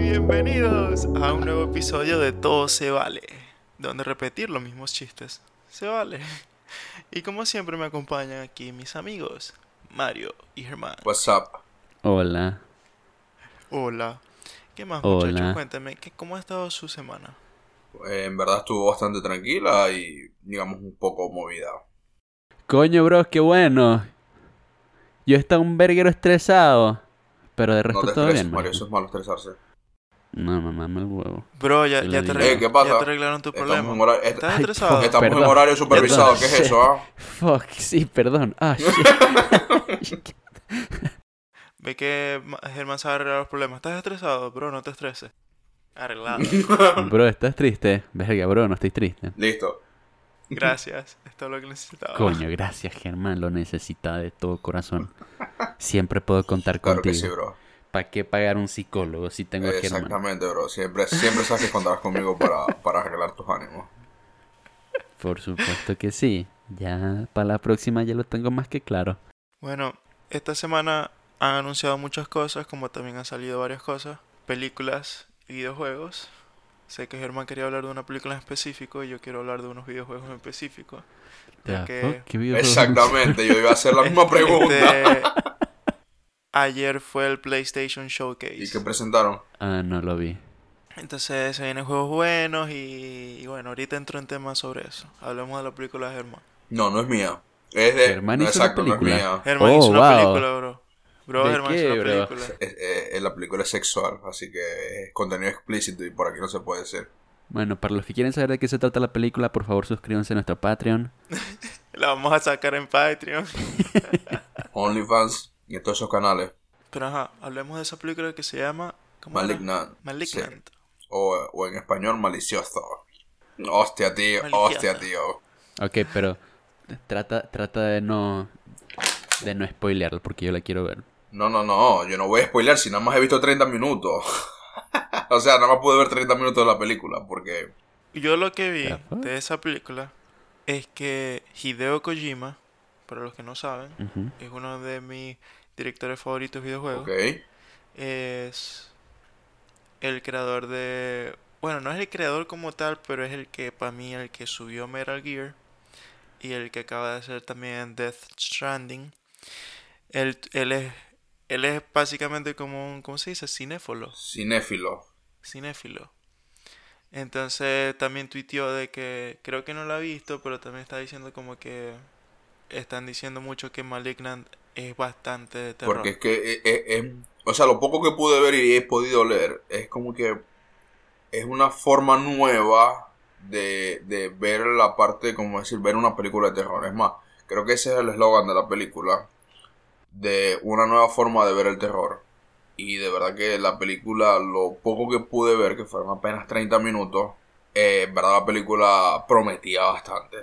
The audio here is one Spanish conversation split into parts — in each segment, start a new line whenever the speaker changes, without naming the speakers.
bienvenidos a un nuevo episodio de Todo se vale, donde repetir los mismos chistes se vale. Y como siempre me acompañan aquí mis amigos, Mario y Germán.
What's up?
Hola.
Hola. ¿Qué más,
Hola.
muchachos? Cuéntame, ¿qué- ¿cómo ha estado su semana?
Eh, en verdad estuvo bastante tranquila y digamos un poco movida.
Coño, bro, qué bueno. Yo estaba un verguero estresado. Pero de
No
resto
te
todo
estreses,
bien.
Mario,
marico.
eso es malo estresarse.
No, mamá, me el huevo.
Bro, ya,
Yo
ya
le
te,
digo.
arregla-
Eh, ¿qué pasa?
ya te arreglaron tu
Estamos, en
problema.
hora- est-
¿Estás
Ay,
estresado?
fuck.
estamos en
Perdón.
horario supervisado, ¿qué es
Perdón.
eso? ah?
Fuck, sí, perdón. Ah, shit.
Ve que Ma- Germán sabe arreglar los problemas. ¿Estás estresado, bro? No te estreses. Arreglado.
bro, ¿estás triste? Verga, bro, no estoy triste.
Listo.
Gracias. Esto es lo que necesitaba.
Coño, gracias, Germán. Lo necesitaba de todo corazón. Siempre puedo contar
Claro
contigo.
que sí, bro.
¿Para qué pagar un psicólogo si tengo a Germán?
Exactamente, bro. Siempre, siempre sabes que contabas conmigo para, para arreglar tus ánimos.
Por supuesto que sí. Ya para la próxima ya lo tengo más que claro.
Bueno, esta semana han anunciado muchas cosas, como también han salido varias cosas, películas, videojuegos. Sé que Germán quería hablar de una película en específico y yo quiero hablar de unos videojuegos en específico. Ya
Ah,
que-
fuck, qué videojuego.
Exactamente, yo iba a hacer la misma pregunta.
Este, ayer fue el PlayStation Showcase.
¿Y qué presentaron?
Ah, no lo vi.
Entonces se vienen juegos buenos y, y bueno, ahorita entro en temas sobre eso. Hablemos de la película de Germán.
No, no es mía. Es de.
Germán
no,
hizo una
exacto, no es
película.
mía.
Germán
Oh,
hizo una
wow.
película, bro. Bro,
¿De
Germán
qué,
hizo una
bro?
película.
Es- es- es la película es sexual, así que es contenido explícito y por aquí no se puede decir.
Bueno, para los que quieren saber de qué se trata la película, por favor suscríbanse a nuestro Patreon.
La vamos a sacar en Patreon.
OnlyFans y en todos esos canales.
Pero ajá, hablemos de esa película que se llama... ¿cómo era?
Malignant. Sí.
Malignant.
O, o en español, malicioso. Hostia, tío,
Malicioso.
hostia, tío.
Ok, pero trata, trata de no de no spoilearlo porque yo la quiero ver.
No, no, no, yo no voy a spoiler si nada más he visto 30 minutos. o sea, nada más pude ver 30 minutos de la película, porque
Yo lo que vi
Ya, pues.
de esa película es que Hideo Kojima, para los que no saben,
Ujú.
es uno de mis directores favoritos de videojuegos.
ok,
Es el creador de... Bueno, no es el creador como tal, pero es el que para mí el que subió Metal Gear y el que acaba de hacer también Death Stranding. Él, él es, él es básicamente como un, ¿cómo se dice? Cinéfilo.
cinéfilo.
cinéfilo. Entonces también tuiteó de que creo que no la ha visto, pero también está diciendo como que están diciendo mucho que Malignant es bastante de terror.
Porque es que, eh, eh, es, o sea, lo poco que pude ver y he podido leer es como que es una forma nueva de, de ver la parte, como decir, ver una película de terror. Es más, creo que ese es el eslogan de la película, de una nueva forma de ver el terror. Y de verdad que la película, lo poco que pude ver, que fueron apenas 30 minutos, eh, en verdad la película prometía bastante.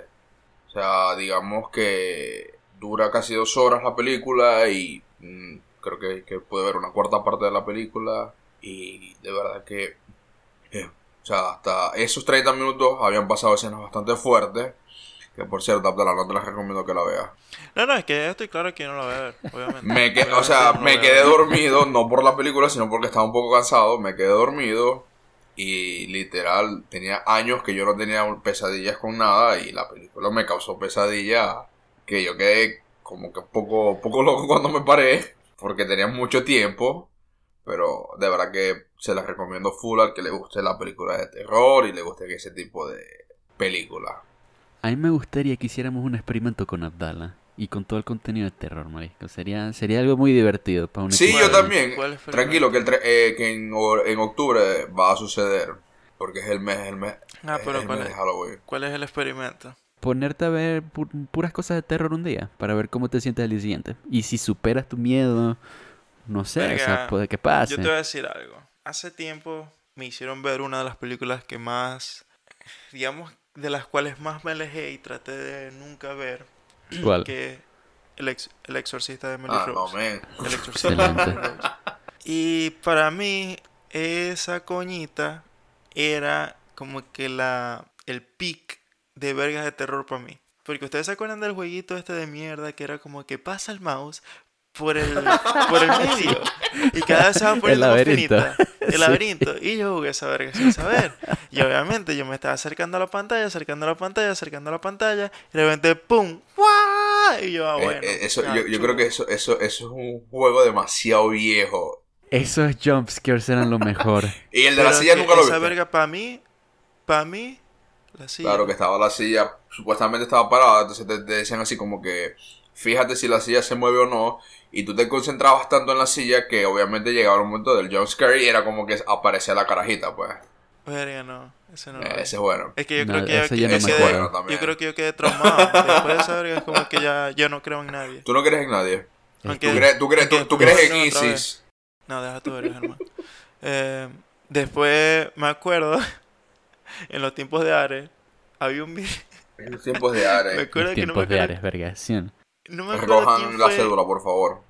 O sea, digamos que dura casi dos horas la película y mm, creo que, que puede ver una cuarta parte de la película. Y de verdad que... eh, o sea, hasta esos 30 minutos habían pasado escenas bastante fuertes. Que por cierto, Abdalá, no te las recomiendo que la veas.
No, no, es que ya estoy claro que yo no la voy a ver, obviamente.
Me que- o
Obviamente
sea,
no la voy
me
a
quedé
ver.
dormido, no por la película, sino porque estaba un poco cansado. Me quedé dormido y literal tenía años que yo no tenía un- pesadillas con nada y la película me causó pesadillas que yo quedé como que un poco, poco loco cuando me paré porque tenía mucho tiempo. Pero de verdad que se las recomiendo full al que le guste la película de terror y le guste ese tipo de película.
A mí me gustaría que hiciéramos un experimento con Abdala y con todo el contenido de terror, marisco. Sería sería algo muy divertido para un
Sí, yo
episodio.
también.
¿Cuál es el
Tranquilo, que, el tre- eh, que en, o- en octubre va a suceder. Porque es el mes, el mes,
Ah,
es
pero
el
¿cuál
mes de
es,
Halloween.
cuál es el experimento?
Ponerte a ver pu- puras cosas de terror un día para ver cómo te sientes al día siguiente. Y si superas tu miedo, no sé, o sea,
Verga,
puede que pase.
Yo te voy a decir algo. Hace tiempo me hicieron ver una de las películas que más, digamos, de las cuales más me alejé y traté de nunca ver,
¿Cuál?
que el, ex- el exorcista de Emily
Ah, no,
Rose.
men.
El exorcista de
Excelente.
Emily Rose. Y para mí, esa coñita era como que la el pic de vergas de terror para mí. Porque ustedes se acuerdan del jueguito este de mierda que era como que pasa el mouse, por el, por el medio. Y cada vez se va poniendo más
laberinto.
finita. El
Sí.
laberinto. Y yo jugué esa verga sin saber. Y obviamente yo me estaba acercando a la pantalla, acercando a la pantalla, acercando a la pantalla. Y de repente, ¡pum! ¡Guau! Y yo, ah,
Eh,
bueno.
eh, eso,
ah,
yo, yo
chulo.
creo que eso, eso, eso es un juego demasiado viejo.
Esos jumpscares eran lo mejor.
Y el de la
Pero
silla
que
nunca lo
Esa
viste.
verga para mí, para mí, la silla.
Claro que estaba la silla, supuestamente estaba parada, entonces te, te decían así como que fíjate si la silla se mueve o no, y tú te concentrabas tanto en la silla que obviamente llegaba el momento del jumpscare y era como que aparecía la carajita, pues.
Ah, Verga, no. Ese no.
Eh, ese es bueno.
Es que yo
No,
creo que
ese
yo,
ya no
yo
me
quedé,
acuerdo
también.
yo creo que yo quedé traumado. Después de esa verga es como que ya, ya no creo en nadie.
Tú no crees en nadie.
Aunque-
Tú crees, tú crees, tú-
es que-
tú crees en
no, otra vez.
ISIS.
No, deja tu verga, hermano. Eh, después me acuerdo, en los tiempos de Ares, había un video.
En los tiempos de
Me
Ares.
Los
acuerdo que no me
tiempos de
acuerdo,
Ares, verga. cien.
no me acuerdo quién
Recojan la
fue-
cédula, por favor.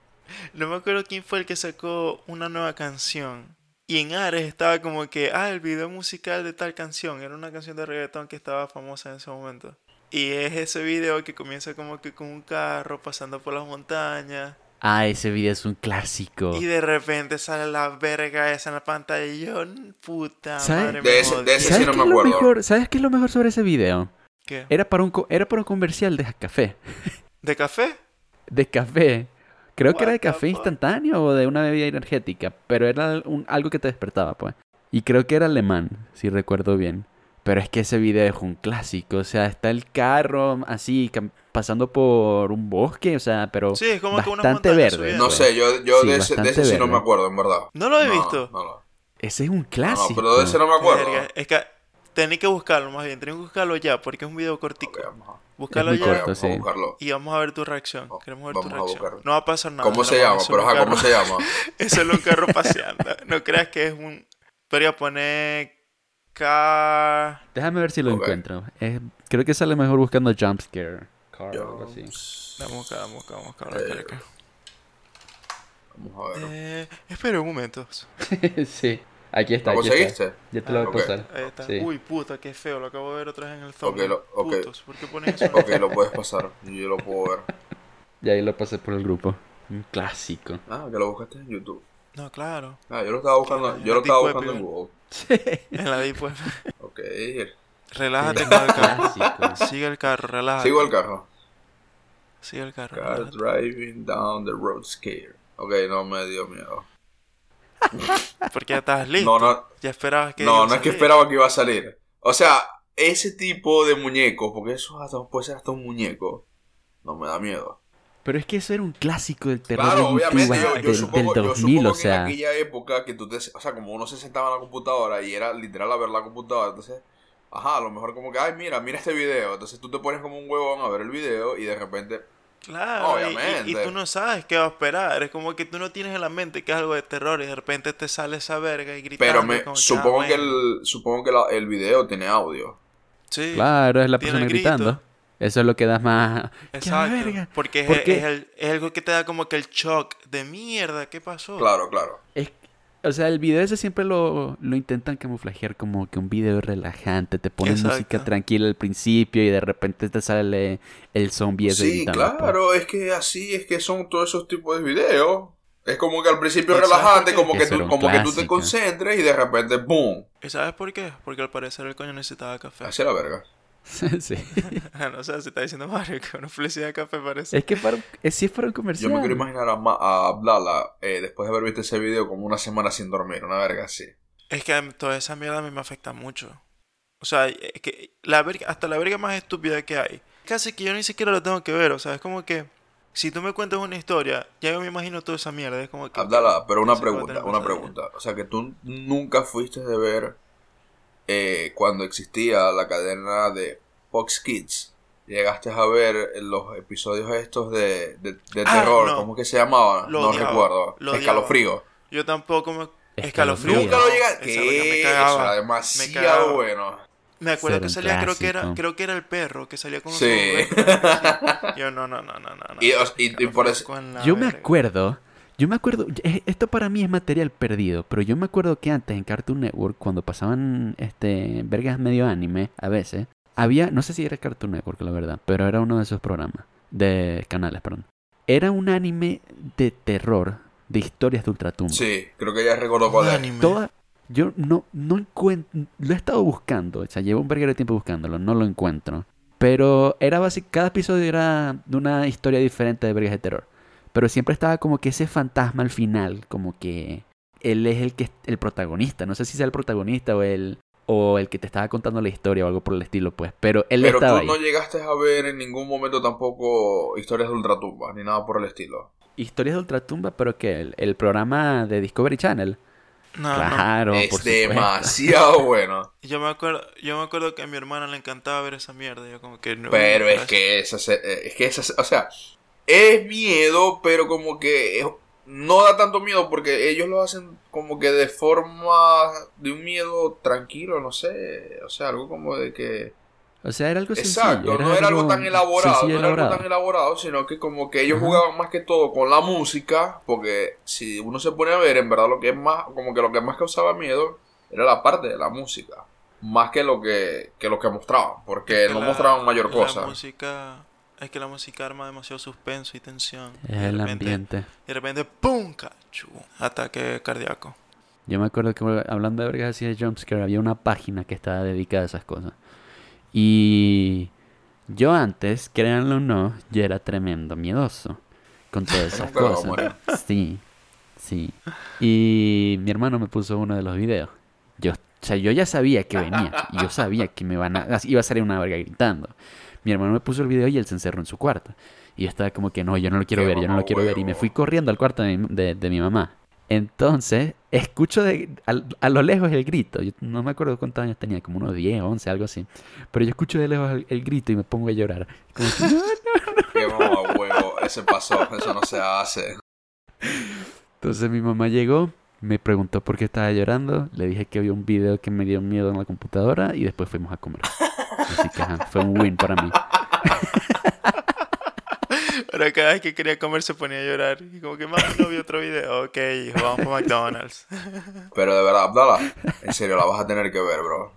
No me acuerdo quién fue el que sacó una nueva canción. Y en Ares estaba como que, ah, el video musical de tal canción. Era una canción de reggaetón que estaba famosa en ese momento. Y es ese video que comienza como que con un carro pasando por las montañas.
Ah, ese video es un clásico.
Y de repente sale la verga esa en la pantalla. Y yo, puta
¿Sabe?
madre,
De
me
ese- de
jodí".
ese sí
¿Sabes,
no
qué
me
es lo
acuerdo.
mejor? ¿Sabes qué es lo mejor sobre ese video?
¿Qué?
Era para un, co- era para un comercial de café.
¿De café?
De café. Creo que era de
What the
café
fuck?
instantáneo o de una bebida energética, pero era un- algo que te despertaba, pues. Y creo que era alemán, si recuerdo bien. Pero es que ese video es un clásico, o sea, está el carro así cam- pasando por un bosque, o sea, pero
Sí, es como que unas
bastante
montañas
verde.
subiendo.
No
pues.
sé, yo, yo
Sí,
de ese, de
bastante
ese sí no
verde.
me acuerdo, en verdad.
No lo he
No,
visto.
No, no.
Ese es un
No, no,
clásico.
pero de ese no me acuerdo.
Verga, Es que tenía que buscarlo más bien. Tenía que buscarlo ya porque es un video cortico.
Ok, vamos a-
Búscalo
muy
ya.
corto.
vamos a
sí.
buscarlo.
Y vamos a ver tu reacción.
Vamos-
Queremos ver
Oh, vamos a
tu reacción.
buscarlo.
No va a pasar nada.
¿Cómo se
hermano,
llama?
es
Pero,
solo un
ajá, ¿cómo
carro-
se llama?
Es solo un carro paseando. No creas que es un. Podría poner. Car.
Déjame ver si lo
Ok.
encuentro. Eh, creo que sale mejor buscando jumpscare. Car,
Yo-
algo así.
Vamos acá, vamos acá, vamos acá. Vamos acá, vamos
Eh,
acá.
Vamos a ver.
Eh, espera un momento.
sí. Aquí
¿Lo
está. aquí está.
conseguiste? Ah,
Ya te lo voy a
Ok.
pasar.
Ahí está.
Sí.
Uy, puta, qué feo. Lo acabo de ver otra vez en el thumbnail.
lo- ok.
Putos, ¿por qué ponen eso? en el
Ok, lo puedes pasar. Yo lo puedo ver.
Y ahí lo pasé por el grupo. Un clásico.
Ah, que lo buscaste en YouTube.
No, claro.
Ah, yo lo estaba buscando, yo lo
Deep
estaba
Web,
buscando en
igual.
Google.
En la deep web.
Ok.
Relájate
Sí,
con el carro.
clásico.
Sigue el carro, relájate.
Sigo el carro.
Sigue el carro.
Car
relájate.
driving down the road scared. Ok, no me dio miedo.
Porque ya estás listo.
No, no,
Ya esperabas que.
no,
iba a
no es que
salir.
esperaba que iba a salir. O sea, ese tipo de muñecos, porque eso hasta- puede ser hasta un muñeco, no me da miedo.
Pero es que eso era un clásico del terror
Claro,
antiguo
obviamente, yo,
del,
yo supongo,
del
yo
2000,
supongo
o sea.
que en aquella época que tú te, o sea, como uno se sentaba en la computadora y era literal a ver la computadora, entonces, ajá, a lo mejor como que, ay, mira, mira este video, entonces tú te pones como un huevón a ver el video y de repente,
Claro, y- y- Y,
Obviamente.
tú no sabes qué va a esperar. Es como que tú no tienes en la mente que es algo de terror y de repente te sale esa verga y gritas.
pero me,
"Ah,
supongo que el, supongo que la- el video tiene audio.
Sí,
Claro, es la
Tiene
persona
el grito.
gritando. Eso es lo que da más. ¡Qué
exacto.
verga!
Porque es,
¿Por qué?
es el- es algo que te da como que el shock de mierda, ¿qué pasó?
Claro, claro.
Es- o sea, el video ese siempre lo, lo intentan camuflajear como que un video relajante. Te ponen
Exacto.
música tranquila al principio y de repente te sale el zombie ese
Sí,
gritando, pues.
claro, es que así es que son todos esos tipos de videos. Es como que al principio
Exacto.
relajante, como que
Eso era
tú,
un
como que tú te
clásico.
concentres y de repente, ¡boom!
¿Y sabes por qué? Porque al parecer el coño necesitaba café.
Hacia la verga.
sí.
no sé, se está diciendo Mario que una publicidad de café parece.
Es que para, es, sí es para un
Yo
comercial.
me quiero imaginar a, Ma- a Abdala eh, después de haber visto ese video como una semana sin dormir, una verga así.
Es que em, toda esa mierda a mí me afecta mucho. O sea, es que la verga- hasta la verga más estúpida que hay. Casi que yo ni siquiera lo tengo que ver. O sea, es como que si tú me cuentas una historia, ya yo me imagino toda esa mierda. Es como que.
Abdala, pero una
Pensé que iba a
pregunta,
tener
una
pesadilla.
pregunta. O sea, que tú nunca fuiste de ver eh, cuando existía la cadena de Fox Kids. Llegaste a ver los episodios estos de, de, de
Ah,
terror,
no.
¿cómo que se llamaban?
Lo
no
odiaba,
recuerdo.
lo odiaba.
Escalofrío.
Yo tampoco me. Escalofrío.
Escalofrío.
Nunca lo llegaste.
Esa verga me
¿Qué? Eso era
cagaba.
demasiado
Me cagaba.
bueno.
Me acuerdo
Era
que
un
salía, creo que era,
clásico.
creo que era el perro que salía con los
Sí.
ojos. Yo no, no, no, no, no. no.
Y, o- y- y por eso.
Con la
Yo me
verga.
acuerdo, yo me acuerdo, eh, esto para mí es material perdido, pero yo me acuerdo que antes en Cartoon Network, cuando pasaban este vergas medio anime, a veces, había, no sé si era Cartoon Network, la verdad, pero era uno de esos programas, de canales, perdón. Era un anime de terror, de historias de ultratumba.
Sí, creo que ya recuerdo cuál es.
Anime.
Toda- yo no, no encuentro, lo he estado buscando, o sea, llevo un verguero de tiempo buscándolo, no lo encuentro. Pero era básicamente, cada episodio era de una historia diferente de vergas de terror. Pero siempre estaba como que ese fantasma al final, como que él es el que es el protagonista. No sé si sea el protagonista o el, o el que te estaba contando la historia o algo por el estilo, pues. Pero él
Pero
estaba
tú
ahí.
no llegaste a ver en ningún momento tampoco historias de ultratumba, ni nada por el estilo.
Historias de Ultratumba, pero que el, el programa de Discovery Channel.
No, no.
claro, por
es
supuesto.
demasiado bueno.
Yo me acuerdo, yo me acuerdo que a mi hermana le encantaba ver esa mierda. Yo como que no.
Pero es
gracias.
que esa se- eh, es que esa se- o sea, es miedo, pero como que es- no da tanto miedo porque ellos lo hacen como que de forma de un miedo tranquilo, no sé, o sea, algo como de que
O sea, era algo sencillo.
Exacto, no Pues era algo tan elaborado,
sencillo,
no era algo
elaborado.
tan elaborado, sino que como que ellos
Ajá.
jugaban más que todo con la música, porque si uno se pone a ver, en verdad lo que es más, como que lo que más causaba miedo era la parte de la música, más que lo que, que lo que mostraban, porque
que
no
la-
mostraban mayor
la
cosa.
música- es que la música arma demasiado suspenso y tensión. Y
Es
de
el
repente-
ambiente.
y de repente, ¡pum! Cachu. Ataque cardíaco.
Yo me acuerdo que hablando de vergas así de jumpscare, había una página que estaba dedicada a esas cosas. Y yo antes, créanlo o no, yo era tremendo miedoso con todas esas
Nunca lo
cosas.
vamos
Sí, sí. Y mi hermano me puso uno de los videos. Yo, o sea, yo ya sabía que venía. y Yo sabía que me van a, iba a salir una verga gritando. Mi hermano me puso el video y él se encerró en su cuarto. Y yo estaba como que no, yo no lo quiero
Qué
ver, yo no lo quiero ver. Y me
mamahuevo.
fui corriendo al cuarto de mi, de- de mi mamá. Entonces, escucho de, al- a, lo lejos el grito. Yo no me acuerdo cuántos años tenía, como unos 10, 11, algo así. Pero yo escucho de lejos el, el grito y me pongo a llorar. Como que, "No".
Qué mamahuevo, "Ah, ese pasó, eso no se hace.
Entonces mi mamá llegó, me preguntó por qué estaba llorando. Le dije que había un video que me dio miedo en la computadora y después fuimos a comer. Así que ajá, fue un win para mí.
Pero cada vez que quería comer se ponía a llorar. Y como que, más no vi otro video. Ok, hijo, vamos a McDonald's.
Pero de verdad, Abdala, en serio, la vas a tener que ver, bro.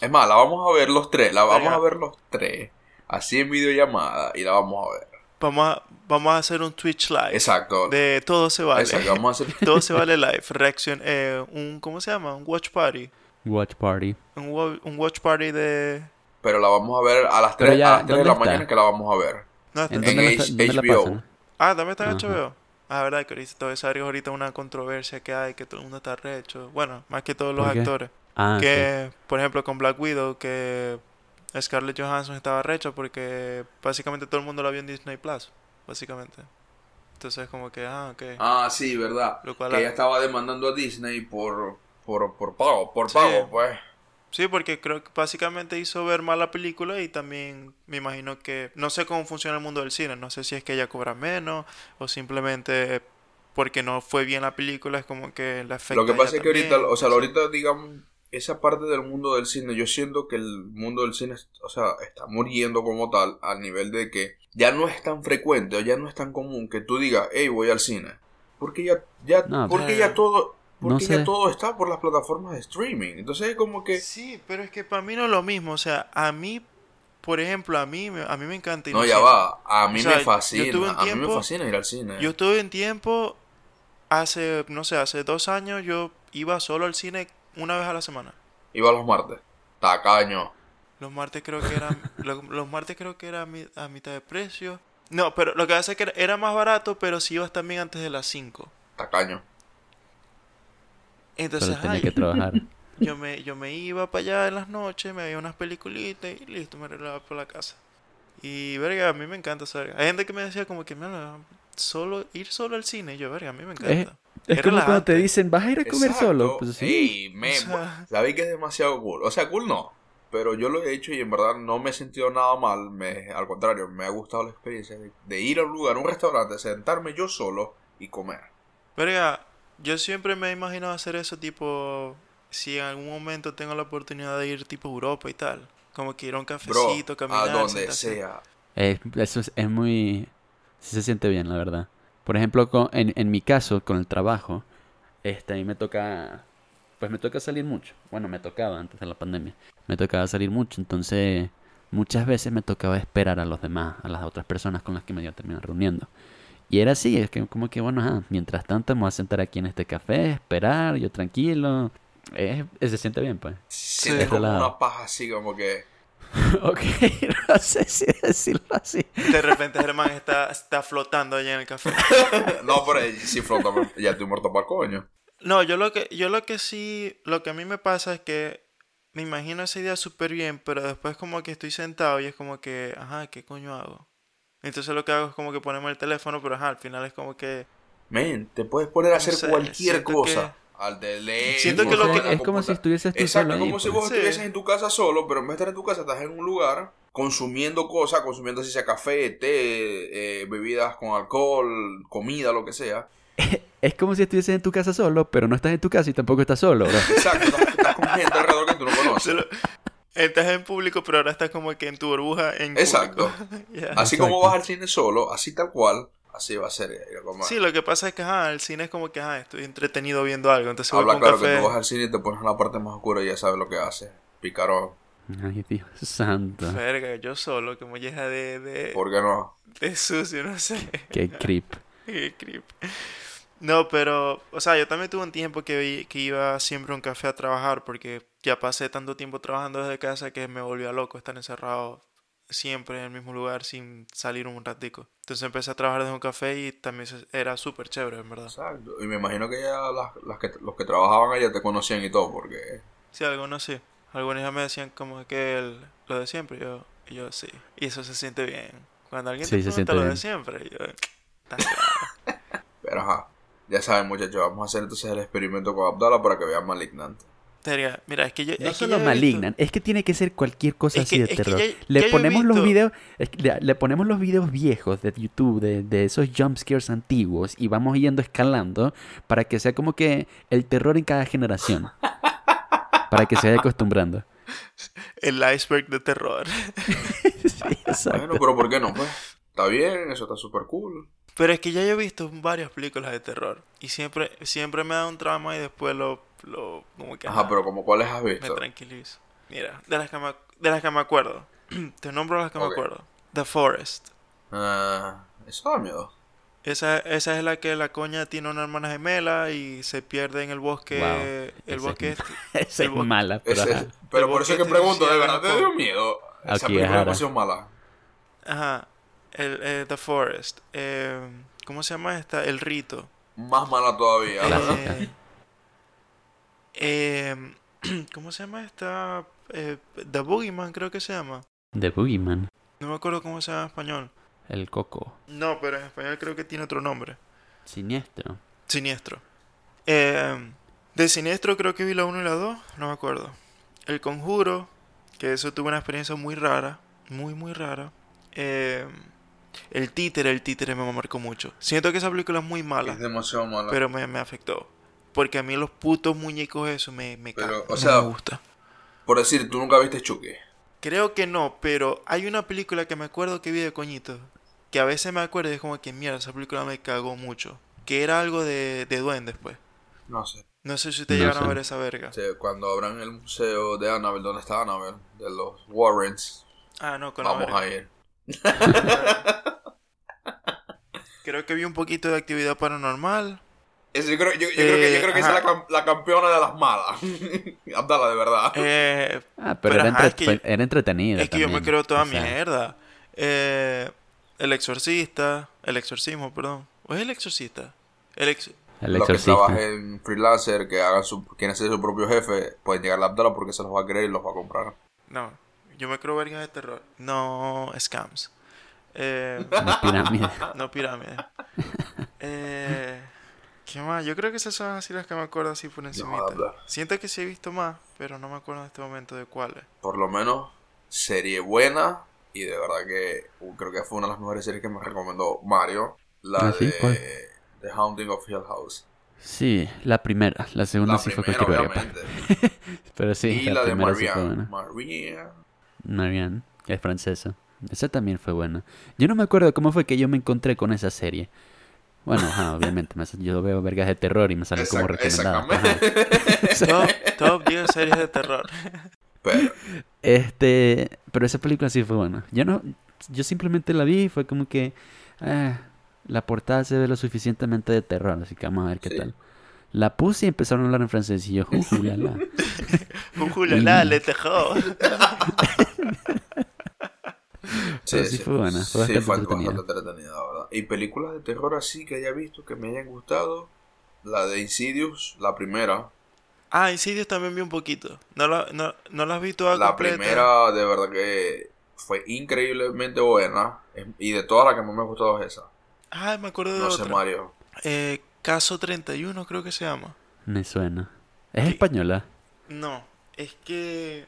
Es más, la vamos a ver los tres, la vamos
Verga.
a ver los tres, así en videollamada, y la vamos a ver.
Vamos a, vamos a hacer un Twitch live.
Exacto,
De todo se vale.
exacto, vamos a hacer
Todo se vale live. Reacción. eh, un, ¿Cómo se llama? Un watch party.
Watch party.
Un, wa- un watch party de.
Pero la vamos a ver a las 3,
Pero ya,
a las 3 de
¿dónde
la
está?
mañana que la vamos a ver.
No, está-
¿En
En
dónde, la,
H-
está- dónde la
HBO.
pasan?
Ah, también está en
Ajá.
HBO. Ah, verdad que ahorita todo eso es ahorita una controversia que hay, que todo el mundo está recho. Bueno, más que todos los
¿Por qué?
actores.
Ah, sí.
que, por ejemplo, con Black Widow, que Scarlett Johansson estaba recha porque básicamente todo el mundo la vio en Disney Plus, básicamente. Entonces, como que, ah, ok.
Ah, sí, verdad.
Lo cual-
que ella estaba demandando a Disney por, por, por pago, por
Sí.
pago, pues.
Sí, porque creo que básicamente hizo ver mal la película y también me imagino que no sé cómo funciona el mundo del cine, no sé si es que ella cobra menos o simplemente porque no fue bien la película, es como que la afecta
Lo que
a ella
pasa es que
también,
ahorita, o sea,
no sé.
ahorita, digamos, esa parte del mundo del cine, yo siento que el mundo del cine, o sea, está muriendo como tal, al nivel de que ya no es tan frecuente o ya no es tan común que tú digas, hey, voy al cine. Porque ya, ya,
No,
porque
pero-
ya todo,
No
porque ya
sé.
todo está por las plataformas de streaming. Entonces es como que...
Sí, pero es que para mí no es lo mismo, o sea, a mí, por ejemplo, a mí, me- a mí me encanta ir
No,
al
ya
cine.
va. eh. A mí
O sea,
me
yo tuve
fascina.
un
a mí
tiempo-
me fascina ir al cine.
Yo estuve en tiempo, hace, no sé, hace dos años yo iba solo al cine una vez a la semana.
Iba los martes. Tacaño.
Los martes creo que eran, lo- los, martes creo que era a, mi- a mitad de precio. No, pero lo que hace es que era, era más barato, pero si ibas también antes de las 5.
Tacaño.
Entonces,
Solo tenía
ay,
que trabajar.
yo, me, yo me iba para allá en las noches, me veía unas peliculitas y listo, me arreglaba por la casa. Y verga, a mí me encanta esa verga. Hay gente que me decía como que, "Mira, solo, ir solo al cine. Y yo, verga, a mí me encanta.
Es
Es
como cuando te
relajante.
dicen, vas a ir a comer
Exacto.
solo. Pues sí.
Ey, me,
O sea-
sabéis que es demasiado cool. O sea, cool no. Pero yo lo he hecho y en verdad no me he sentido nada mal. Me, al contrario, me ha gustado la experiencia de, de ir a un lugar, a un restaurante, sentarme yo solo y comer.
Verga, yo siempre me he imaginado hacer eso tipo, si en algún momento tengo la oportunidad de ir tipo a Europa y tal, como que ir a un
Bro,
cafecito,
a
caminar,
donde
sentarse.
sea.
Eh, eso es, es muy... Sí se siente bien, la verdad. Por ejemplo, con- en, en mi caso, con el trabajo, este, a mí me toca... Pues me toca salir mucho. Bueno, me tocaba antes de la pandemia. Me tocaba salir mucho, entonces muchas veces me tocaba esperar a los demás, a las otras personas con las que me iba a terminar reuniendo. Y era así, es que como que bueno, ajá, mientras tanto me voy a sentar aquí en este café, esperar, yo tranquilo. Eh, eh, se siente bien, pues.
Sientes
Sí.
como
Relajado.
una paja así, como que.
ok, no sé si decirlo así.
De repente Germán está, está flotando allá en el café.
No, pero si flota, ya estoy muerto para el coño.
No, yo lo que, yo lo que sí, lo que a mí me pasa es que me imagino esa idea súper bien, pero después como que estoy sentado y es como que, ajá, ¿qué coño hago? Entonces lo que hago es como que ponerme el teléfono, pero ajá, al final es como que...
Men, te puedes poner a hacer
No sé,
cualquier
siento
cosa. Al teléfono.
Siento que lo
a
que-
la
Es como si
computadora.
estuvieses tú
Exacto,
solo ahí,
como si
pues.
vos
Sí.
estuvieses en tu casa solo, pero en vez de estar en tu casa, estás en un lugar consumiendo cosas, consumiendo así sea café, té, eh, bebidas con alcohol, comida, lo que sea.
Es como si estuvieses en tu casa solo, pero no estás en tu casa y tampoco estás solo, bro.
Exacto, estás, estás con gente alrededor que tú no conoces.
solo- Estás en público, pero ahora estás como que en tu burbuja en
Exacto.
público. Ya.
Así
Exacto.
como vas al cine solo, así tal cual, así va a ser. eh, como-
Sí, lo que pasa es que ajá, el cine es como que ajá, estoy entretenido viendo algo, entonces voy
Habla
con
claro
café.
que tú vas al cine y te pones en la parte más oscura y ya sabes lo que haces. Picarón,
Ay, Dios santo.
Verga, yo solo, como molleja de, de,
¿por qué no?
de sucio, no sé.
Qué creep.
Qué creep. No, pero, o sea, yo también tuve un tiempo que, vi- que iba siempre a un café a trabajar porque ya pasé tanto tiempo trabajando desde casa que me volvió loco estar encerrado siempre en el mismo lugar sin salir un ratico. Entonces empecé a trabajar desde un café y también se- era súper chévere, en verdad.
Exacto. Y me imagino que ya las, las que, los que trabajaban allá te conocían y todo, porque
Sí, algunos sí. Algunos ya me decían como que el- lo de siempre, yo, y yo sí. Y eso se siente bien. Cuando alguien te
Sí, se
pregunta
siente
lo de
bien.
siempre, yo... "Está
Pero ajá, ya saben muchachos, vamos a hacer entonces el experimento con Abdala para que vean Malignant.
Verga, Mira, es que yo... es
No
que
solo
ya he visto-
malignan, es que tiene que ser cualquier cosa
Es
así
que-
de
es que
terror.
ya- ya yo
le
he
ponemos los
visto-
videos, es que le, le ponemos los videos viejos de YouTube, de, de esos jumpscares antiguos, y vamos yendo escalando para que sea como que el terror en cada generación. para que se vaya acostumbrando.
El iceberg de terror.
Sí, exacto.
Bueno, pero ¿por qué no? Pues está bien, eso está súper cool.
Pero es que ya yo he visto varias películas de terror. Y siempre, siempre me da un trauma y después lo, lo como que
Ajá,
ajá,
pero como cuáles has
me
visto.
tranquilizo. Mira, de las que me, ac- de las que me acuerdo. Te nombro las que
Ok.
me acuerdo. The Forest.
Ah, eso da miedo.
Esa, esa es la que la coña tiene una hermana gemela y se pierde en el bosque.
Wow, esa
El
es
bosque
mi-
este-
Esa
el
es
bosque-
mala, pero
Ese-
ajá.
pero
¿Y
por
por
eso es
qué
que
te
pregunto, ¿de
decía
verdad te
Japón?
dio miedo? Esa
Aquí,
película es
ajá.
demasiado mala.
Ajá. El, eh, The Forest. Eh, ¿Cómo se llama esta? El rito.
Más mala todavía.
Claro.
¿verdad?
Eh, em, ¿Cómo se llama esta? Eh, The Boogeyman creo que se llama.
The Boogeyman,
No me acuerdo cómo se llama en español.
el coco,
No, pero en español creo que tiene otro nombre.
siniestro.
Siniestro. Em, de Siniestro creo que vi la 1 y la 2, no me acuerdo. El Conjuro, que eso tuve una experiencia muy rara, muy muy rara. Em, el Títere, el Títere me marcó mucho. Siento que esa película es muy mala,
Es demasiado mala.
pero me, me afectó. Porque a mí los putos muñecos eso me, me
Pero,
cagan,
o
no
sea-
me gusta.
Por decir, tú nunca viste Chucky.
Creo que no, pero hay una película que me acuerdo que vi de coñito. Que a veces me acuerdo y es como que mierda, esa película me cagó mucho. Que era algo de, de duendes, pues.
No sé.
No sé si ustedes
No
llegaron
sé.
a ver esa verga.
O sea, cuando abran el museo de Annabelle, ¿dónde está Annabelle? De los Warrens.
Ah, no, con la
Vamos
verga.
a ir.
Creo que vi un poquito de actividad paranormal.
Es- yo creo, yo, yo creo que, yo creo que
Eh,
esa es la,
ajá.
cam- la campeona de las malas. Abdala, de verdad.
Eh,
Ah,
Pero
pero, era,
ajá, es
entre-
que
era entretenido.
es que yo me
también,
creo toda
o sea,
mierda. Eh, el exorcista. El exorcismo, perdón. ¿O es el exorcista? El ex-
El
los que
exorcista.
trabajen freelancer, que hagan su, quienes sean su propio jefe, pueden llegar a Abdala porque se los va a querer y los va a comprar.
No, yo me creo vergas de terror. No scams. Eh,
Una pirámide.
No pirámide. Eh, ¿Qué más? Yo creo que esas son así las que me acuerdo así por encima.
habla.
Siento que sí he visto más, pero no me acuerdo en este momento de cuáles.
Por lo menos, serie buena. Y de verdad que uh, creo que fue una de las mejores series que me recomendó Mario. La
Ah, sí,
de
¿cuál?
The Haunting of Hill House.
Sí, la primera. La segunda
la
sí fue
primera,
porquería, pa.
obviamente.
Pero sí,
y
la,
la de
primera sí fue
Marianne.
buena.
Marianne.
Marianne, que es francesa. Esa también fue buena. Yo no me acuerdo cómo fue que yo me encontré con esa serie. Bueno, ajá, obviamente, me sa- yo veo vergas de terror y me salen como
Exact-
recomendadas. pa, ajá.
Exactamente.
Top, top 10 series de terror.
Pero,
Este, pero esa película sí fue buena. Yo no, yo simplemente la vi y fue como que, ah, la portada se ve lo suficientemente de terror, así que vamos a ver qué
Sí.
tal. La puse y empezaron a hablar en francés y yo, "Oh, "Ujulala".
Mm.
Ujulalá, le tejó.
Pero sí fue buena, fue
sí,
bastante
fue
entretenida.
bastante entretenida, la ¿verdad? Y películas de terror así que haya visto que me hayan gustado. La de Insidious, la primera.
Ah, Insidious también vi un poquito. No la, no, no la has visto toda
la
completa.
primera, de verdad que fue increíblemente buena. es- Y de todas las que más me ha gustado es esa.
Ay, Ah, me acuerdo de
No sé,
otra.
Mario.
Eh, Caso 31 creo que se llama.
Me suena. Es
Sí.
española.
No, es que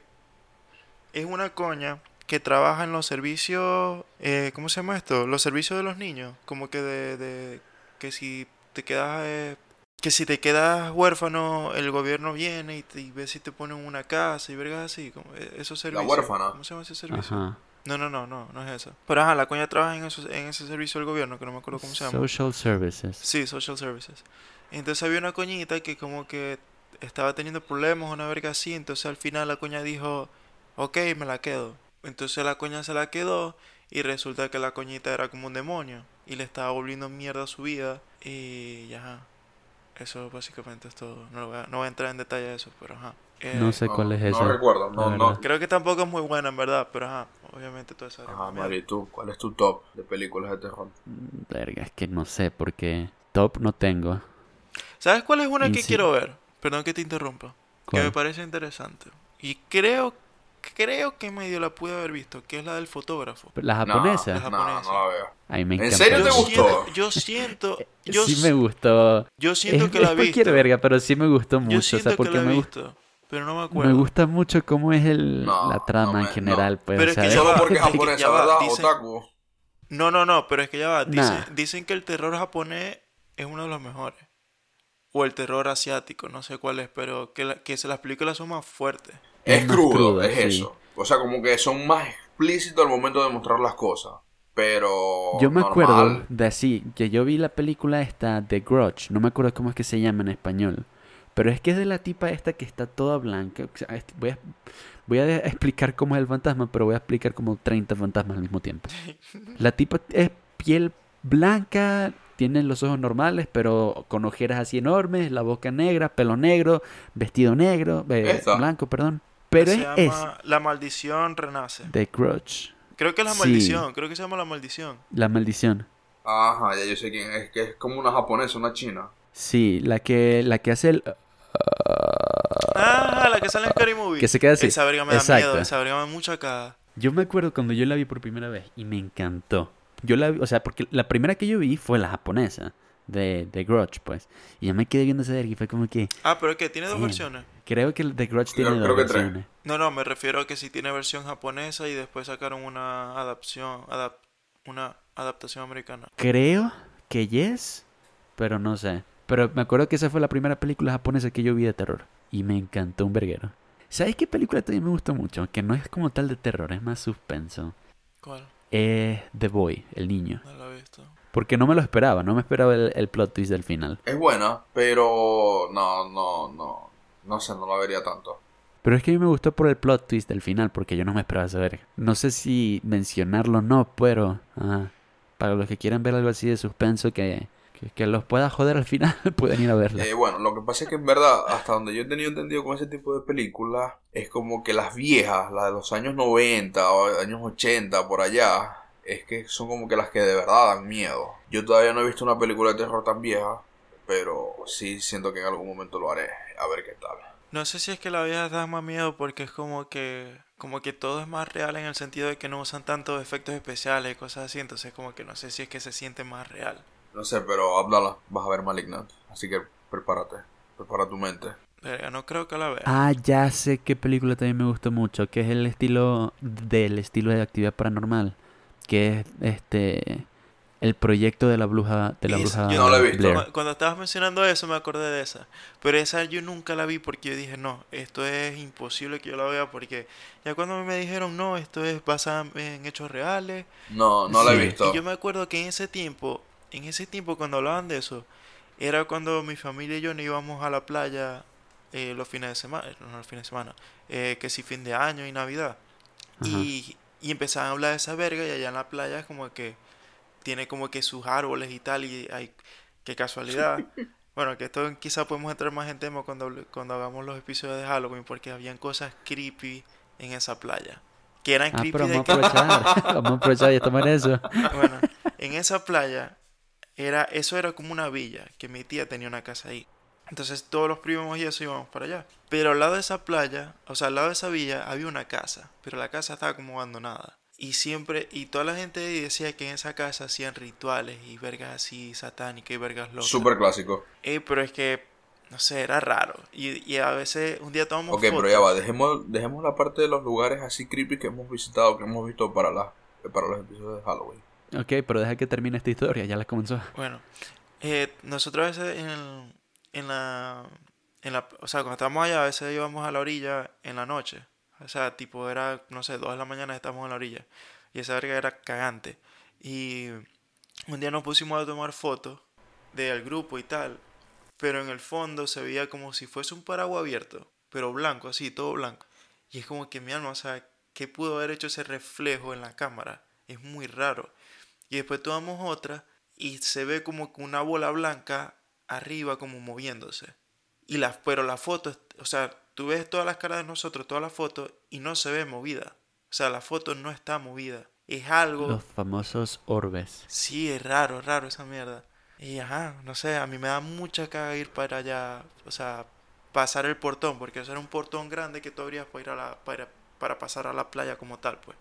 es una coña que trabaja en los servicios, eh, ¿cómo se llama esto? Los servicios de los niños, como que de, de- que si te quedas eh, que si te quedas huérfano, el gobierno viene y, te, y ve si te ponen una casa y vergas así, como eh, esos servicios.
huérfana.
¿Cómo se llama ese servicio?
Ajá.
No, no, no, no, no es eso. Pero ajá, la coña trabaja en esos, en ese servicio del gobierno, que no me acuerdo cómo se llama.
Social Services.
Sí, social services. Entonces había una coñita que como que estaba teniendo problemas, una verga así, entonces al final la coña dijo, ok, me la quedo. Entonces la coña se la quedó y resulta que la coñita era como un demonio y le estaba volviendo mierda a su vida y ya. ajá. Eso básicamente es todo. No, lo voy, a, no voy a entrar en detalle de eso, pero ajá. Eh,
No sé
No,
cuál es
no
esa.
recuerdo, no,
la
no.
verdad.
Creo que tampoco es muy buena, en verdad, pero ajá. Obviamente todo eso era
Ajá,
una
Mario,
mierda.
¿y tú? ¿Cuál es tu top de películas de terror?
Verga, es que no sé porque top no tengo.
¿Sabes cuál es una que
Insi-
quiero ver? Perdón que te interrumpa. Que me
¿Cuál?
parece interesante. Y creo, creo que medio la pude haber visto, que es la del fotógrafo.
La
No,
japonesa.
la-
No, no la veo.
Ay, me
¿En
encanta.
serio te
Yo
gustó?
siento, yo siento, yo,
Eh, sí
s-
me gustó.
yo siento
es,
que
es
la he
cualquier
visto.
verga, pero sí me gustó mucho.
Yo
o
siento
sea,
que
porque
la he
me, gust-
visto, pero no me
me
acuerdo.
gusta mucho cómo es el,
No,
la trama
no
en
me-
general. Pues,
Pero
o
es que
sea,
ya
Solo
va,
porque es
ya
japonesa,
va,
¿verdad?
dicen-
Otaku.
No, no, no, pero es que ya va. Dicen,
Nah.
dicen que el terror japonés es uno de los mejores. O el terror asiático, no sé cuál es, pero que, la- que se las películas son más fuertes.
Es
Es,
más
crudo,
crudo,
es
sí.
eso. O sea, como que son más explícitos al momento de mostrar las cosas. Pero.
Yo me acuerdo
normal.
de así, que yo vi la película esta, The Grudge, no me acuerdo cómo es que se llama en español, pero es que es de la tipa esta que está toda blanca. o sea, est- Voy a, voy a de- explicar cómo es el fantasma, pero voy a explicar como 30 fantasmas al mismo tiempo. La tipa es piel blanca, tiene los ojos normales, pero con ojeras así enormes, la boca negra, pelo negro, vestido negro, eh,
Esta.
blanco, perdón. Pero
se
es, es
llama La Maldición Renace.
The Grudge,
Creo que es La
Sí.
Maldición, creo que se llama La Maldición.
la maldición.
Ajá, ya yo sé quién es. Que es como una japonesa, una china.
Sí, la que, la que hace el...
Ah, la que sale en Scary Movie.
Que se queda así.
Esa verga me da
Exacto.
miedo, esa verga me da mucha cagada.
Yo me acuerdo cuando yo la vi por primera vez y me encantó. Yo la vi, o sea, porque la primera que yo vi fue la japonesa, de, de Grudge, pues. Y yo me quedé viendo esa verga y fue como que...
Ah, pero que tiene dos
Sí.
versiones.
Creo que el de Grudge
Creo-
tiene dos
creo que tres.
versiones.
No, no, me refiero a que si tiene versión japonesa y después sacaron una adaptación, adap- una adaptación americana.
Creo que yes, pero no sé. Pero me acuerdo que esa fue la primera película japonesa que yo vi de terror. Y me encantó un verguero. ¿Sabes qué película también me gustó mucho? Que no es como tal de terror, es más suspenso.
¿Cuál?
Es The Boy, el niño.
No la he visto.
Porque no me lo esperaba, no me esperaba el, el plot twist del final.
Es buena, pero. No, no, no. No sé, no la vería tanto.
Pero es que a mí me gustó por el plot twist del final, porque yo no me esperaba saber. No sé si mencionarlo o no, pero ah, para los que quieran ver algo así de suspenso que, que, que los pueda joder al final, pueden ir a verla.
Eh, bueno, lo que pasa es que en verdad, hasta donde yo he tenido entendido con ese tipo de películas, es como que las viejas, las de los años 90 o años 80, por allá, es que son como que las que de verdad dan miedo. Yo todavía no he visto una película de terror tan vieja, pero sí siento que en algún momento lo haré, a ver qué tal.
No sé si es que la vieja da más miedo porque es como que como que todo es más real en el sentido de que no usan tantos efectos especiales y cosas así, entonces como que no sé si es que se siente más real.
No sé, pero Abdala, vas a ver Malignant, así que prepárate, prepara tu mente.
Verga, no creo que la vea.
Ah, ya sé qué película también me gustó mucho, que es el estilo del estilo de actividad paranormal, que es este el proyecto de la bruja de la
Y
bruja
esa-
no la he visto.
Blair.
Cu- Cuando estabas mencionando eso me acordé de esa. Pero esa yo nunca la vi porque yo dije, no, esto es imposible que yo la vea porque ya cuando me dijeron, no, esto es basado en hechos reales.
No, no la he
Sí.
visto.
Y yo me acuerdo que en ese tiempo, en ese tiempo cuando hablaban de eso, era cuando mi familia y yo no íbamos a la playa eh, los fines de semana, no los fines de semana, eh, que si fin de año y Navidad.
Ajá.
Y, y empezaban a hablar de esa verga y allá en la playa es como que tiene como que sus árboles y tal, y hay, qué casualidad. Bueno, que esto quizá podemos entrar más en tema cuando, hable- cuando hagamos los episodios de Halloween, porque habían cosas creepy en esa playa. Que eran
Ah,
creepy
pero
de
vamos
que,
a aprovechar. vamos a aprovechar y estamos en eso.
bueno, en esa playa era, eso era como una villa, que mi tía tenía una casa ahí. Entonces todos los primos y eso íbamos para allá. Pero al lado de esa playa, o sea, al lado de esa villa había una casa, pero la casa estaba como abandonada. Y siempre, y toda la gente ahí decía que en esa casa hacían rituales y vergas así satánicas y vergas locas.
Súper clásico.
Ey, pero es que, no sé, era raro. Y, y a veces un día tomamos
Ok, pero
fotos.
ya va, dejemos, dejemos la parte de los lugares así creepy que hemos visitado, que hemos visto para, la, para los episodios de Halloween.
Ok, pero deja que termine esta historia, ya la comenzó.
Bueno, eh, nosotros a veces en, el- en la, en la... O sea, cuando estábamos allá, a veces íbamos a la orilla en la noche. O sea, tipo era, no sé, dos de la mañana estábamos en la orilla. Y esa verga era cagante. Y un día nos pusimos a tomar fotos del grupo y tal. Pero en el fondo se veía como si fuese un paraguas abierto. Pero blanco, así, todo blanco. Y es como que mi alma, o sea, ¿qué pudo haber hecho ese reflejo en la cámara? Es muy raro. Y después tomamos otra y se ve como que una bola blanca arriba como moviéndose. Y las, pero la foto, es- o sea, tú ves todas las caras de nosotros, todas las fotos y no se ve movida. O sea, la foto no está movida. Es algo...
Los famosos orbes.
Sí, es raro, es raro esa mierda. Y ajá, no sé, a mí me da mucha caga ir para allá, o sea, pasar el portón, porque eso era un portón grande que tú abrías para ir a la, para, para pasar a la playa como tal, pues.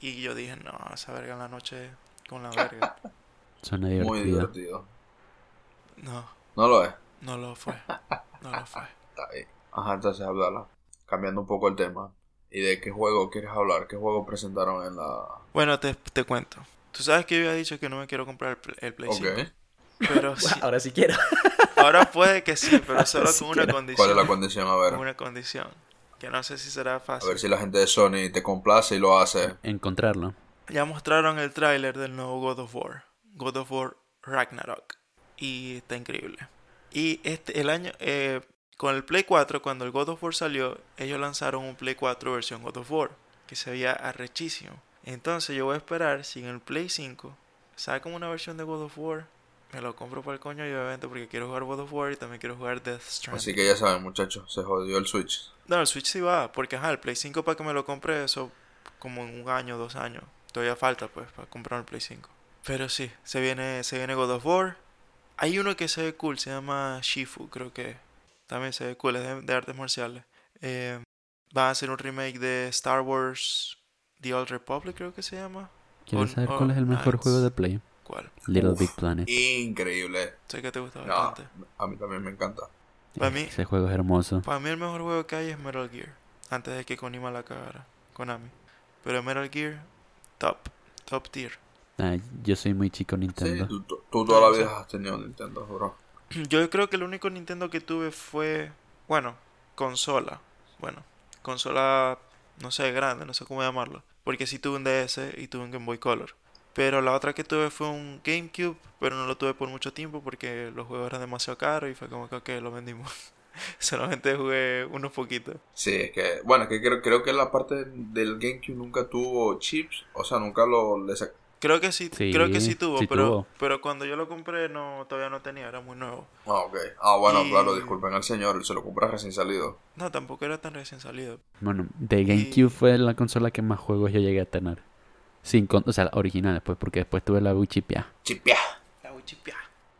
Y yo dije, no, esa verga en la noche con la verga.
Suena
Muy
divertido.
divertido.
No,
No lo es.
no lo fue, no lo fue.
Está bien. Ajá, entonces hablarla. Cambiando un poco el tema. ¿Y de qué juego quieres hablar? ¿Qué juego presentaron en la...?
Bueno, te, te cuento. Tú sabes que yo había dicho que no me quiero comprar el, Pl- el Play 5,
Ok.
pero sí,
Ahora sí quiero.
ahora puede que sí, pero solo
Sí
con una
quiero.
¿Cuál es la
condición,
condición? A
con
ver.
una condición, que no sé si será
A
fácil.
ver si la gente de Sony te complace y lo hace.
Encontrarlo.
Ya mostraron el tráiler del nuevo God of War, God of War Ragnarok, y está increíble. Y este el año eh, con el Play 4 cuando el God of War salió, ellos lanzaron un Play 4 versión God of War que se veía arrechísimo. Entonces yo voy a esperar si en el Play 5 sacan una versión de God of War, me lo compro para el coño y obviamente porque quiero jugar God of War y también quiero jugar Death Stranding.
Así que ya saben, muchachos. Se jodió el Switch.
No, el Switch sí va, porque ajá, el Play 5 para que me lo compre eso como en un año, dos años. Todavía falta pues para comprar el Play 5. Pero sí, se viene, se viene God of War. Hay uno que se ve cool, se llama Shifu, creo que también se ve cool, es de, de artes marciales. Eh, va a hacer un remake de Star Wars The Old Republic, creo que se llama.
¿Quieres
Oh,
saber
oh,
cuál es el mejor
nice.
juego de Play?
¿Cuál?
Little
Uf.
Big Planet.
Increíble.
Sé que te gusta
No,
bastante.
a mí también me encanta.
para mí-
Ese juego es hermoso.
Para mí el mejor juego que hay es Metal Gear. Antes de que Konami la cagara. Konami. Pero Metal Gear, top. Top tier.
Ah, yo soy muy chico Nintendo.
Sí, tú, tú- tú toda la vida has tenido Nintendo, bro.
Yo creo que el único Nintendo que tuve fue. Bueno, consola. Bueno, consola. No sé, grande, no sé cómo llamarlo. Porque sí tuve un DS y tuve un Game Boy Color. Pero la otra que tuve fue un GameCube, pero no lo tuve por mucho tiempo porque los juegos eran demasiado caros y fue como que ok, lo vendimos. Solamente jugué unos poquitos.
Sí, es que, bueno, es que creo, creo que la parte del GameCube nunca tuvo chips, o sea, nunca lo le sac-
Creo que sí, creo que
Sí,
sí tuvo,
sí
pero,
tuvo.
pero cuando yo lo compré no, todavía no tenía, era muy nuevo.
Ah, ok. Ah, bueno,
Y-
claro, disculpen al señor, se lo compras recién salido.
No, tampoco era tan recién salido.
Bueno, de GameCube fue la consola que más juegos yo llegué a tener. Sin con- o sea, la original después, porque después tuve la Wichipia.
Chipia.
La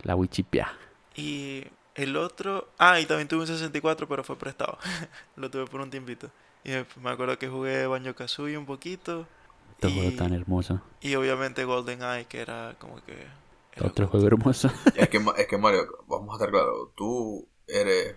La Wichipia.
Y el otro, ah, y también tuve un 64, pero fue prestado. lo tuve por un tiempito. Y me- me acuerdo que jugué Banjo Kazooie un poquito
Este juego
Y-
tan hermoso.
y obviamente Golden Eye que era como que era cool.
Otro juego hermoso.
Es que, ma- es que Mario, vamos a estar claros, tú eres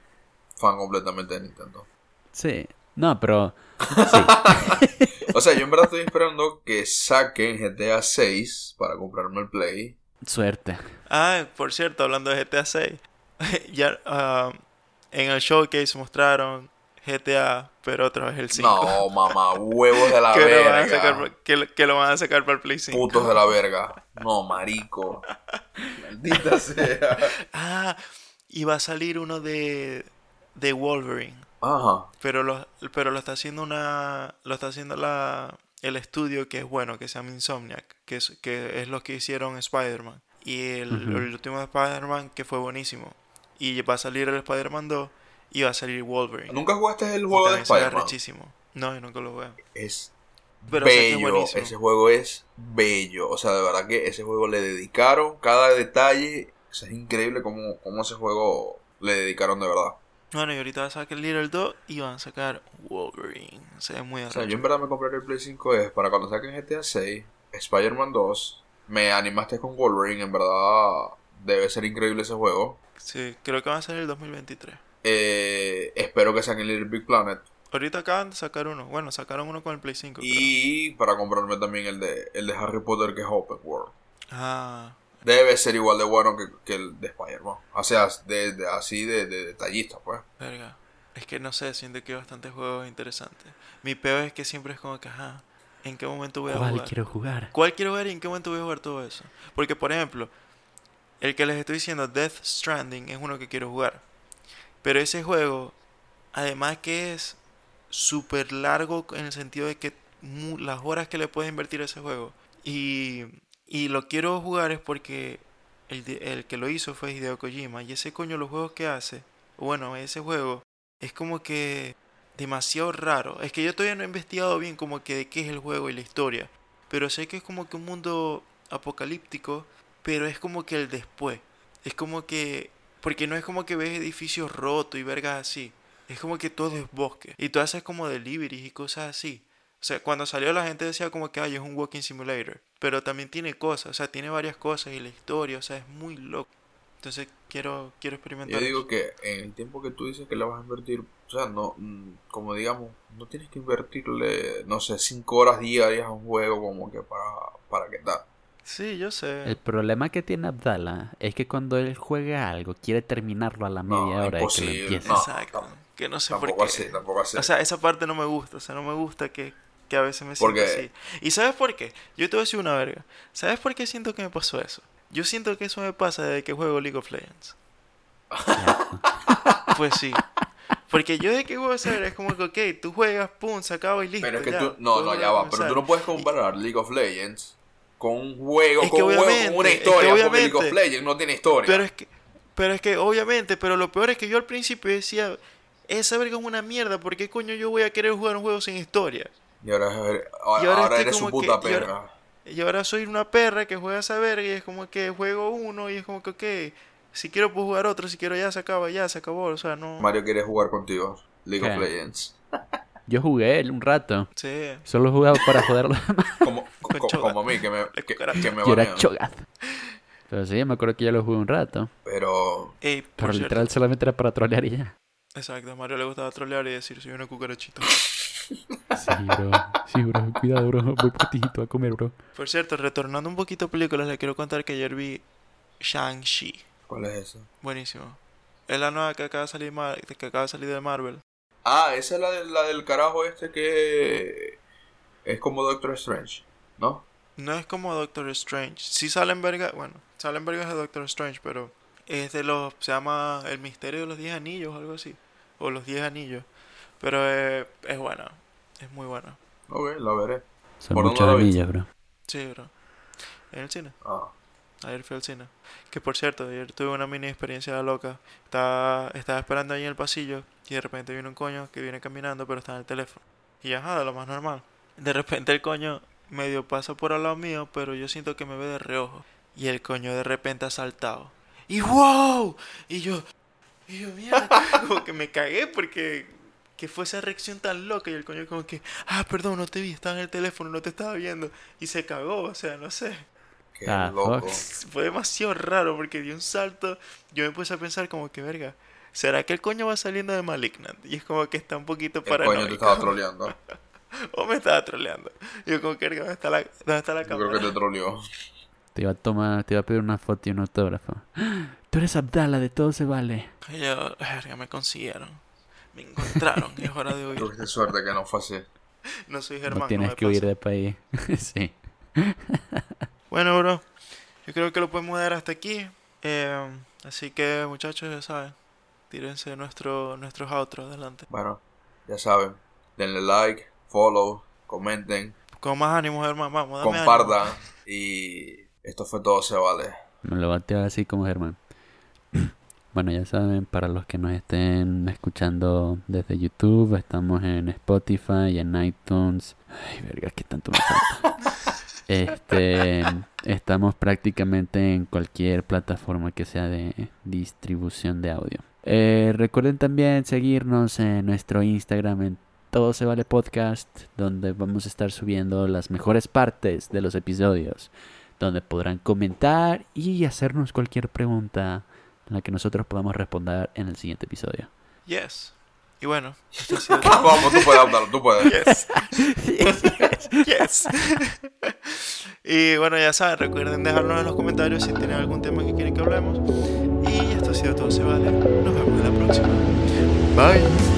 fan completamente de Nintendo.
sí. No, pero. Sí.
O sea, yo en verdad estoy esperando que saquen GTA 6 para comprarme el Play.
Suerte.
Ah, por cierto, hablando de GTA 6, ya ah, en el showcase mostraron GTA, pero otra vez el 5.
No, mamá, huevos de la
que, lo van a sacar,
verga.
pa- que, lo- que lo van a sacar para el Play 5.
Putos de la verga. No, marico. Maldita sea.
Ah, y va a salir uno de, de Wolverine.
Ajá.
Pero lo, pero lo está haciendo una. Lo está haciendo la. el estudio que es bueno, que se llama Insomniac, que es, que es lo que hicieron Spider-Man. Y el,
Ujú.
el último de Spider-Man que fue buenísimo. Y va a salir el Spider-Man 2 y va a salir Wolverine.
¿Nunca jugaste el
Y
juego de
también se ve
Spider-Man?
rechísimo. No, yo nunca lo jugué.
Es
Pero sé que es
bello,
buenísimo.
ese juego es bello. O sea, de verdad que ese juego le dedicaron cada detalle. O sea, es increíble cómo, cómo ese juego le dedicaron de verdad.
Bueno, y ahorita van a sacar Little 2 y van a sacar Wolverine. Se ve muy
O sea,
arrecho.
yo en verdad me compraré el Play 5 es para cuando saquen GTA 6, Spider-Man 2. Me animaste con Wolverine, en verdad debe ser increíble ese juego.
Sí, creo que van a salir el 2023.
Eh, espero que saquen Little Big Planet.
Ahorita acaban de sacar uno. Bueno, sacaron uno con el Play 5. creo.
Y para comprarme también el de, el de Harry Potter que es Open World.
Ah,
Debe ser igual de bueno que, que el de Spider-Man. O sea, de, de- así de, de detallista, pues.
verga. Es que no sé, siento que hay bastantes juegos interesantes. Mi peor es que siempre es como que, ajá, ¿en qué momento voy a
¿Cuál
jugar?
quiero jugar?
¿Cuál quiero ver y en qué momento voy a jugar todo eso? Porque, por ejemplo, el que les estoy diciendo, Death Stranding, es uno que quiero jugar. Pero ese juego, además que es súper largo en el sentido de que mu- las horas que le puedes invertir a ese juego. Y, y lo quiero jugar es porque el, de- el que lo hizo fue Hideo Kojima. Y ese coño, los juegos que hace, bueno, ese juego es como que demasiado raro. Es que yo todavía no he investigado bien como que de qué es el juego y la historia. Pero sé que es como que un mundo apocalíptico, pero es como que el después. Es como que... Porque no es como que ves edificios rotos y vergas así. Es como que todo es bosque. Y tú haces como deliveries y cosas así. O sea, cuando salió la gente decía como que, ay, es un walking simulator. Pero también tiene cosas, o sea, tiene varias cosas y la historia, o sea, es muy loco. Entonces quiero, quiero
Yo
experimentar
digo
eso.
que en el tiempo que tú dices que le vas a invertir, o sea, no, mm, como digamos, no tienes que invertirle, no sé, 5 horas diarias a un juego como que para, para que tal.
Sí, yo sé.
El problema que tiene Abdala es que cuando él juega algo, quiere terminarlo a la
No,
media hora de que lo
imposible,
empiece.
no.
Exacto.
tam-
que no sé por qué.
Tampoco así, tampoco así.
O sea, esa parte no me gusta. O sea, no me gusta que, que a veces me
Porque-
siento así. ¿Y sabes por qué? Yo te voy a decir una verga. ¿Sabes por qué siento que me pasó eso? Yo siento que eso me pasa desde que juego League of Legends. pues sí. Porque yo de que juego esa verga es como que, ok, tú juegas, pum, se acaba y listo.
pero es que
ya,
tú, no,
todo
no,
vuelve
ya
a
va, pero tú
comenzar.
no puedes comparar League of Legends con un juego,
Es que
con un juego, con una
obviamente, es que
historia, porque League of
obviamente.
Legends no tiene historia.
Pero es que, pero es que obviamente, pero lo peor es que yo al principio decía, esa verga es una mierda, ¿por qué coño yo voy a querer jugar un juego sin historia?
y ahora, ahora,
Y ahora
ahora
estoy
eres su
como que-
puta
y ahora-
perra.
Y ahora soy una perra que juega esa verga y es como que juego uno y es como que, ok, si quiero puedo jugar otro, si quiero ya se acaba, ya se acabó, o sea, no...
Mario quiere jugar contigo, League of
¿Qué?
Legends.
Yo jugué él un rato.
Sí.
Solo jugaba para joderlo.
Como, co-
Con
co-
Chogat.
como a mí, que me, que,
cucaracha.
que me
Yo era
banean.
Chogat. Pero sí, me acuerdo que yo lo jugué un rato.
Pero
Ey, por
Pero
cierto,
literal solamente era para trolear y ya.
Exacto, a Mario le gustaba trolear y decir, soy una cucarachita.
Sí, bro. Sí, bro. Cuidado, bro. Voy por ti, te voy a comer, bro.
Por cierto, retornando un poquito a películas, le quiero contar que ayer vi Shang-Chi.
¿Cuál es eso?
ah,
da
Ah, ¡Ah!
Eh, Con más ánimo, hermano. Vamos, dame ánimo.
compartan. Y esto fue todo, se vale.
Me lo bateo así como Germán. Bueno, ya saben, para los que nos estén escuchando desde YouTube, estamos en Spotify y en iTunes. Ay, verga, que tanto me falta. Este, estamos prácticamente en cualquier plataforma que sea de distribución de audio. Eh, recuerden también seguirnos en nuestro Instagram en Todo se vale podcast, donde vamos a estar subiendo las mejores partes de los episodios donde podrán comentar y hacernos cualquier pregunta en la que nosotros podamos responder en el siguiente episodio.
Yes. Y bueno, esto ha sido todo.
Vamos, tú puedes hablar, tú puedes.
Yes. Yes. y bueno, ya saben, recuerden dejarnos en los comentarios si tienen algún tema que quieren que hablemos. Y esto ha sido todo, se vale. Nos vemos en la próxima. Bye.